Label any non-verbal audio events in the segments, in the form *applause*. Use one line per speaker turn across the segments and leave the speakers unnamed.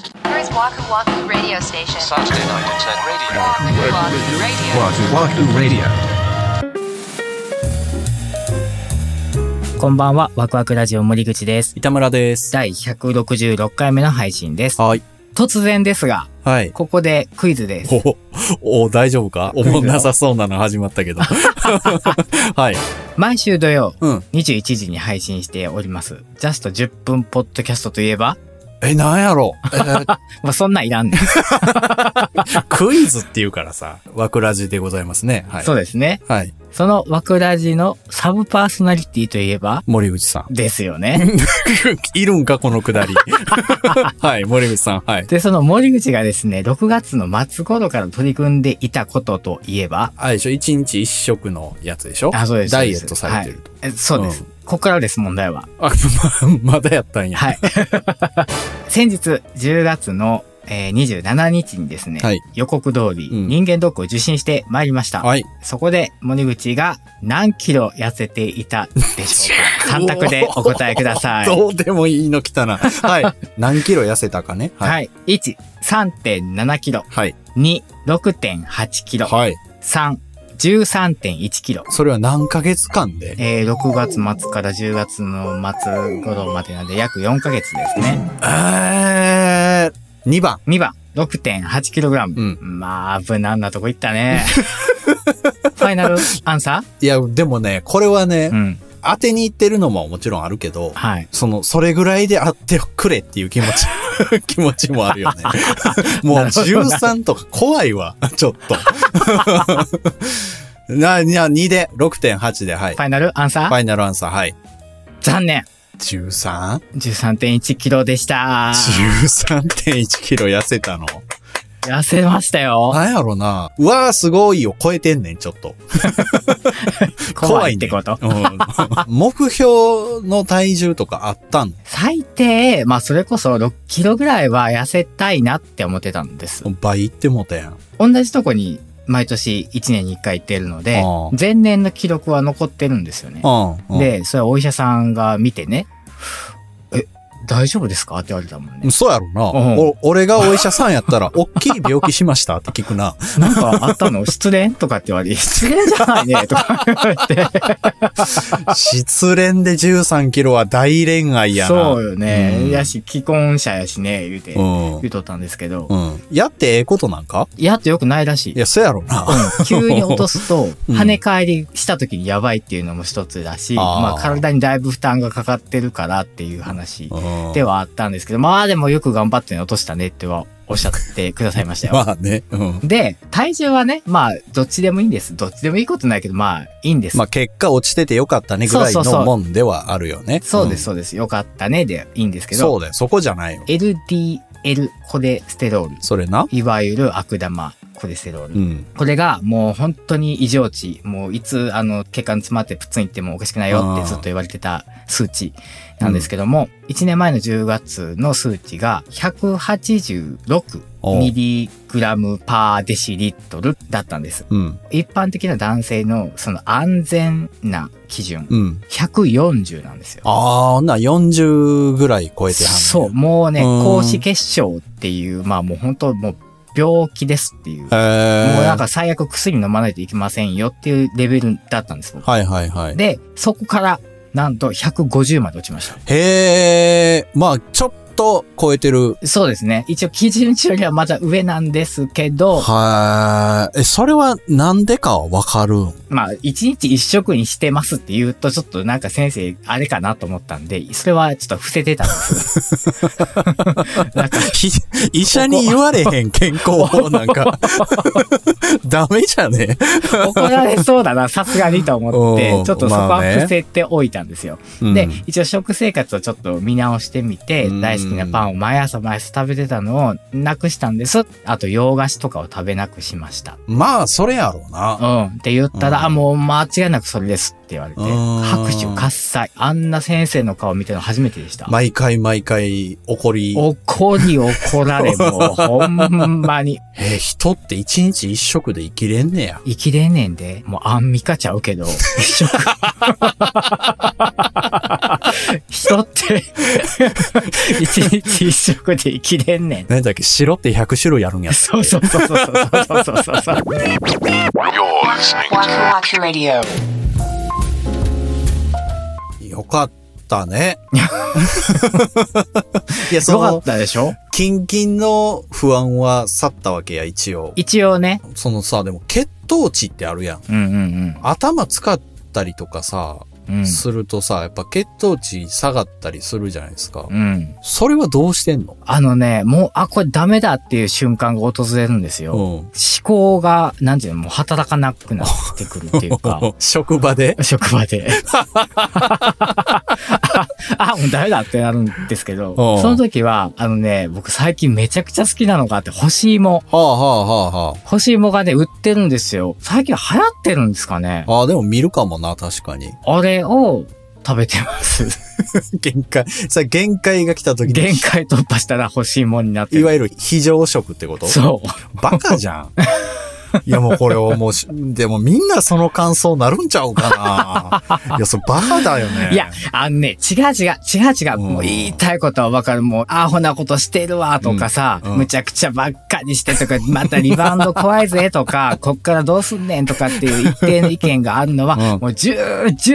Waku Waku Radio Station.
Saturday night at 10 radio.
Waku Waku
Wahoo Wahoo
Radio.
Radio.
こんばんは、ワクワクラジオ森口です。
板村です。
第166回目の配信です。
はい。
突然ですが、
はい。
ここでクイズです。
お、お、大丈夫かおもんなさそうなの始まったけ
*laughs*
ど。はい。
毎週土曜、
うん。
21時に配信しております。ジャスト10分ポッドキャストといえば、
え、なんや
*laughs*
ろうえー
まあ、そんなんいらんねん。
クイズって言うからさ、わくらじでございますね。はい。
そうですね。
はい。
そのワクラジのサブパーソナリティといえば、
森口さん。
*laughs* です
*laughs*
よね。
いるんか、このくだり。 *laughs* はい、森口さん。はい。
で、その森口がですね、6月の末頃から取り組んでいたことといえば、
あれでしょ一日一食のやつでしょ
あ、そうです。
ダイエ
そ
ッ
うで
ト
す
されてると。
はいえそうです。
うん
ここからです、問題は。
あ、ま、ま *laughs* だやったんや。
はい。 *laughs* 先日、10月の、えー27日にですね、
はい
予告通り、
うん
人間ドックを受診してまいりました。
はい。
そこで、森口が何キロ痩せていたでしょ
*laughs*
うか ?3 択でお答えください。
どうでもいいの来たな。
*laughs*
はい。何キロ痩せたかね。
はい。1、3.7キロ。
はい。
2、6.8キロ。
はい。
3、13.1キロ。
それは何ヶ月間で
えー6月末から10月の末頃までなんで約4ヶ月ですね。
えー、2番。
2番、6.8kg。
う
まあ、無難なとこ行ったね。 *laughs* ファイナルアンサ
いや、でもね、これはね、
ーうん。
当てに行ってるのももちろんあるけど、
はい。
その、それぐらいであってくれっていう気持
*laughs*
ち、気持ちもあるよね。もう
なるほどな
13とか怖いわ、ちょっと。 *laughs* な、な、2で、6.8で、はい。
フ
フ
ァイナルアンサー
ァイナルアンサー、はい。
残念
13?13.1
!13.1kg
*laughs*
でした。
キロ痩せたの。
痩せましたよ。
なんやろな。うわー、すごいよ。超えてんねん、ちょっと。
怖いってこと。
怖い
*laughs*
ねうん目標の体重とかあったん
最低、まあそれこそ 6kg ぐらいは痩せたいなって思ってたんです。
倍いってもうたやん。
同じとこに毎年1年に1回行ってるので
あ、
前年の記録は残ってるんですよね。
うん。うん、
で、それはお医者さんが見てね、え、大丈夫ですかって言われたもんね。
そうやろな、
うん
お。俺がお医者さんやった
*laughs*
ら、おっきい病気しましたって聞くな。
なんかあったの *laughs* 失恋とかって言われて、失恋じゃないね *laughs* とか言われて。
失恋で13キロは大恋愛やな。
そうよね。
うん
やし、既婚者やしね、言うて、
うん
言うとったんですけど、
うん。やってええことなんか
やっとよくないらしい。
いや、そうやろな。
うん急に落とすと、
*laughs* うん
跳ね返りした時にやばいっていうのも一つだし、
あー
まあ体にだいぶ負担がかかってるからっていう話
うん
ではあったんですけど、まあでもよく頑張って落としたねってはおっしゃってくださいました
*laughs*
よ。
まあね。うん。
で、体重はね、まあ、どっちでもいいんです。どっちでもいいことないけど、まあ、いいんです
まあ結果落ちててよかったねぐらい
そうそうそう
のもんではあるよね。
そうです、
ん
そうです。よかったね、でいいんですけ
そ
ど、
うだよ。そこじゃないよ。
LDL コレステロール、
それな。
いわゆる悪玉コレステロール。
うん。
これがもう本当に異常値、もういつあの血管詰まってプツンいってもおかしくないよってずっと言われてた数値なんですけども、1年前の10月の数値が186
おう
ミリグラムパーデシリットルだったんです。
うん。
一般的な男性のその安全な基準、
うん。
140なんですよ。
あー、な、40ぐらい超えてはんねん
そう、もうね、
うん
高脂血症っていう、まあもう本当もう病気ですってい
へ
う。
ー。
もうなんか最悪薬飲まないといけませんよっていうレベルだったんです僕
はいはいはい。
で、そこから、なんと150まで落ちました。
へえ、まあちょっと超えてる。
そうですね。一応基準値よりはまだ上なんですけど、
はい。え、それはなんでかはわかるん *laughs*
まあ、一日一食にしてますって言うと、ちょっとなんか先生、あれかなと思ったんで、それはちょっと伏せてたんです。
*laughs* ひ医者に言われへん健康法なんか。 *laughs* ダメじゃね
怒られそうだな、さすがにと思っ
う
て、
ん
ちょっとそこ
まあ
は
ね
伏せておいたんですよ。
うん
で、一応食生活をちょっと見直してみて、
うん
大好きなパンを毎朝毎朝食べてたのをなくしたんです。あと、洋菓子とかを食べなくしました。
まあ、それやろう
う
な。
ん。って言ったら、
うん
あ、もう間違いなくそれですって言われて、
うん
拍手喝采。あんな先生の顔見たの初めてでした。
毎回毎回怒り。
怒り怒られ、もう、ほんまに。
えー人って一日一食で生きれんねや。
生きれんねんで、もうアンミカちゃうけど、
*laughs*
一緒人って、一日一食で生きれんねん。
なんだっけ、白って100種類あるんや。
そうそうそうそうそうそうそうそう。
You're listening
Waku
to
Waku Radio.
よかった *laughs* ね。いや、そ
よかっ
の、
たでしょ
キンキンの不安は去ったわけや、一応。
一応ね。
そのさ、でも血糖値ってあるやん。
うんうん
頭使ったりとかさ、
うん。うん。
するとさ、やっぱ血糖値下がったりするじゃないですか。
うん。
それはどうしてんの
あのね、もう、あ、これダメだっていう瞬間が訪れるんですよ。思
うん。
考が、なんていうの、もう働かなくなってくるっていうか。
*laughs* 職場で
職場 *laughs* で。あ、あもうダメだってなるんですけど、
おう
その時は、あのね、僕最近めちゃくちゃ好きなのがあって、干し芋。
はあはあはあは
干し芋がね、売ってるんですよ。最近流行ってるんですかね。
あ。ああ、でも見るかもな、確かに。 *laughs*
あれを食べてます。
限界。さ、限界が来た時
限界突破したら干し芋になって
いわ
る。
ゆる非常食ってこと
そう。
バカじゃん。いやもうこれをもうし、 *laughs* でもみんなその感想なるんちゃうか
*laughs*
な。いや、それバカだよね。
いや、あのね、違う違う、違う違う、
うん
もう言いたいことはわかる、もう、アホなことしてるわ、とかさ、
うんうん
むちゃくちゃばっかりしてとか、 *laughs* またリバウンド怖いぜ、とか、こっからどうすんねん、とかっていう一定の意見があるのは、
うん
もう、重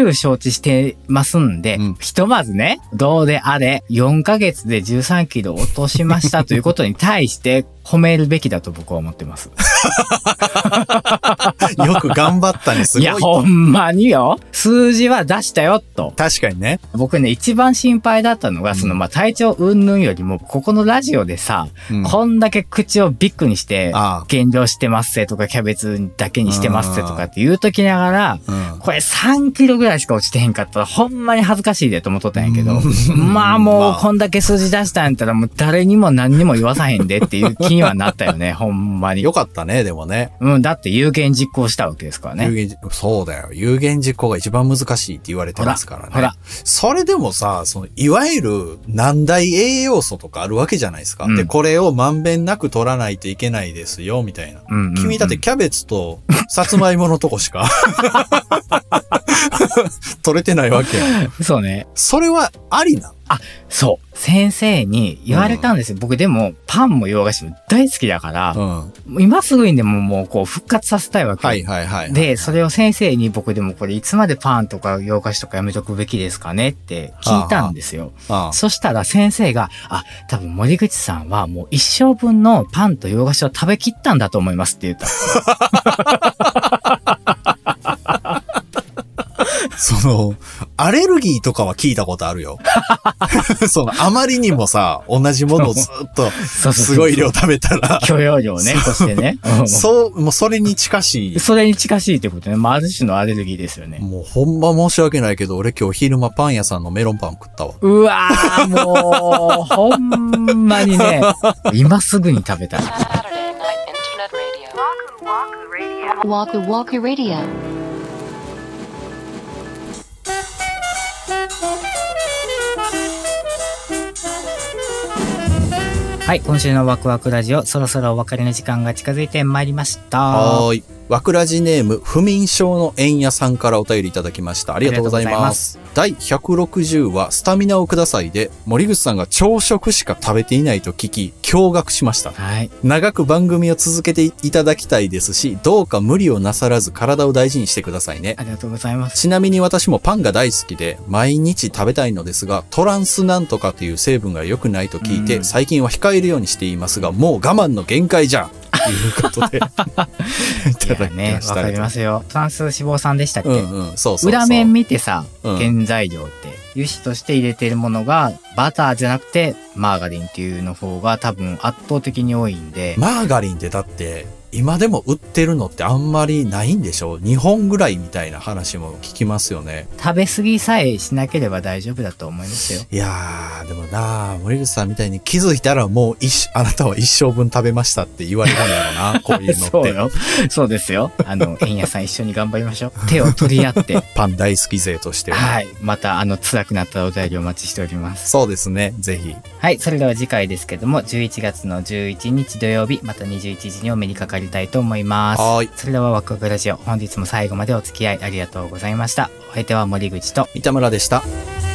々承知してますんで、
うん
ひとまずね、どうであれ、4ヶ月で13キロ落としましたということに対して、褒めるべきだと僕は思ってます。
よく頑張ったね、す
い
ごい。
や、ほんまによ。数字は出したよ、と。
確かにね。
僕ね、一番心配だったのが、その、まあ、体調云々よりも、ここのラジオでさ、
うん
こんだけ口をビッグにして
ああ、
減量してますせとか、キャベツだけにしてますせとかって言うときながら、
うん。
これ3キロぐらいしか落ちてへんかったら、ほんまに恥ずかしいでと思っとったんやけど、まあもう
まあ、
こんだけ数字出したんやったら、もう誰にも何にも言わさへんでっていう気にはなったよね、ほんまに
よ。かったね、でもね。
うん、だって有言実行したわけですから
有
ね。
言実そうだよ。有言実行が一番難しいって言われてますからね。
ほらほら
それでもさ、その、いわゆる、難題栄養素とかあるわけじゃないですか。
うん
で、これをまんべんなく取らないといけないですよ、みたいな。
うんうんうん
君だってキャベツと、さつまいものとこしか、 *laughs* 取れてないわけやん。
そうね。
それは、ありな。
そう。先生に言われたんですよ。僕でも、パンも洋菓子も大好きだから、
ん。
今すぐにでももうこう復活させたいわけ。
はいはいはい。
で、それを先生に僕でもこれいつまでパンとか洋菓子とかやめとくべきですかねって聞いたんですよ。
ああ
そしたら先生が、あ、多分森口さんはもう一生分のパンと洋菓子を食べきったんだと思いますって言った。
その、アレルギーとかは聞いたことある *laughs* よ。その、あまりにもさ、同じものをずっと、
そうそうそう
すごい量食べたら、
許容量
*laughs*
をね、こしてね。うん
そう、もうそれに近しい。
それに近しいってことね。まあ、ある種のアレルギーですよね。
もうほんま申し訳ないけど、俺今日昼間パン屋さんのメロンパン食ったわ。
うわー、もう、ほんま
*laughs*
にね、今すぐに食べたい。
Saturday Night Internet Radio. Waku Waku Radio.
はい、今週のワクワクラジオ、そろそろお別れの時間が近づいてまいりました。
はーい。わくらじネーム、不眠症の円屋さんからお便りいただきました。ありがとうございます。第160話、スタミナをくださいで、森口さんが朝食しか食べていないと聞き、驚愕しました。
はい。
長く番組を続けていただきたいですし、どうか無理をなさらず体を大事にしてくださいね
あ。りがとうござい
*laughs*
ます。
ちなみに私もパンが大好きで、毎日食べたいのですが、トランスなんとかという成分が良くないと聞いて、
うん
最近は控えるようにしていますが、もう我慢の限界じゃんということ
*laughs*
で、い
い
ただ
や
きま、
ね
し
わ
た。
かりますよ。トランス脂肪酸でしたっけ、
うんうん、そうそうそう。
裏面見てさ、
うん
原材料って、油脂として入れてるものが、バターじゃなくて、マーガリンっていうの方が多分圧倒的に多いんで、
マーガリンってだって、今でも売ってるのってあんまりないんでしょ日本ぐらいみたいな話も聞きますよね。
食べ過ぎさえしなければ大丈夫だと思いますよ。
いやー、でもなあ森口さんみたいに気づいたらもう一、あなたは一生 *laughs* 分食べましたって言われたんだろうな、こういうの
*laughs* そう
って。
よ。そうですよ。
*laughs*
あの、円屋さん一緒に頑張りましょう。手を取り合って。
パン大好き勢としては。
はい。また、あの、辛くなったらお便りお待ちしております。
そうですね。ぜひ。
はい、それでは次回ですけども、11月の11日土曜日、また21時にお目にかかりたいと思います。
はーい。
それではワクワクラジオ、本日も最後までお付き合いありがとうございました。お相手は森口と、
三田村でした。
さ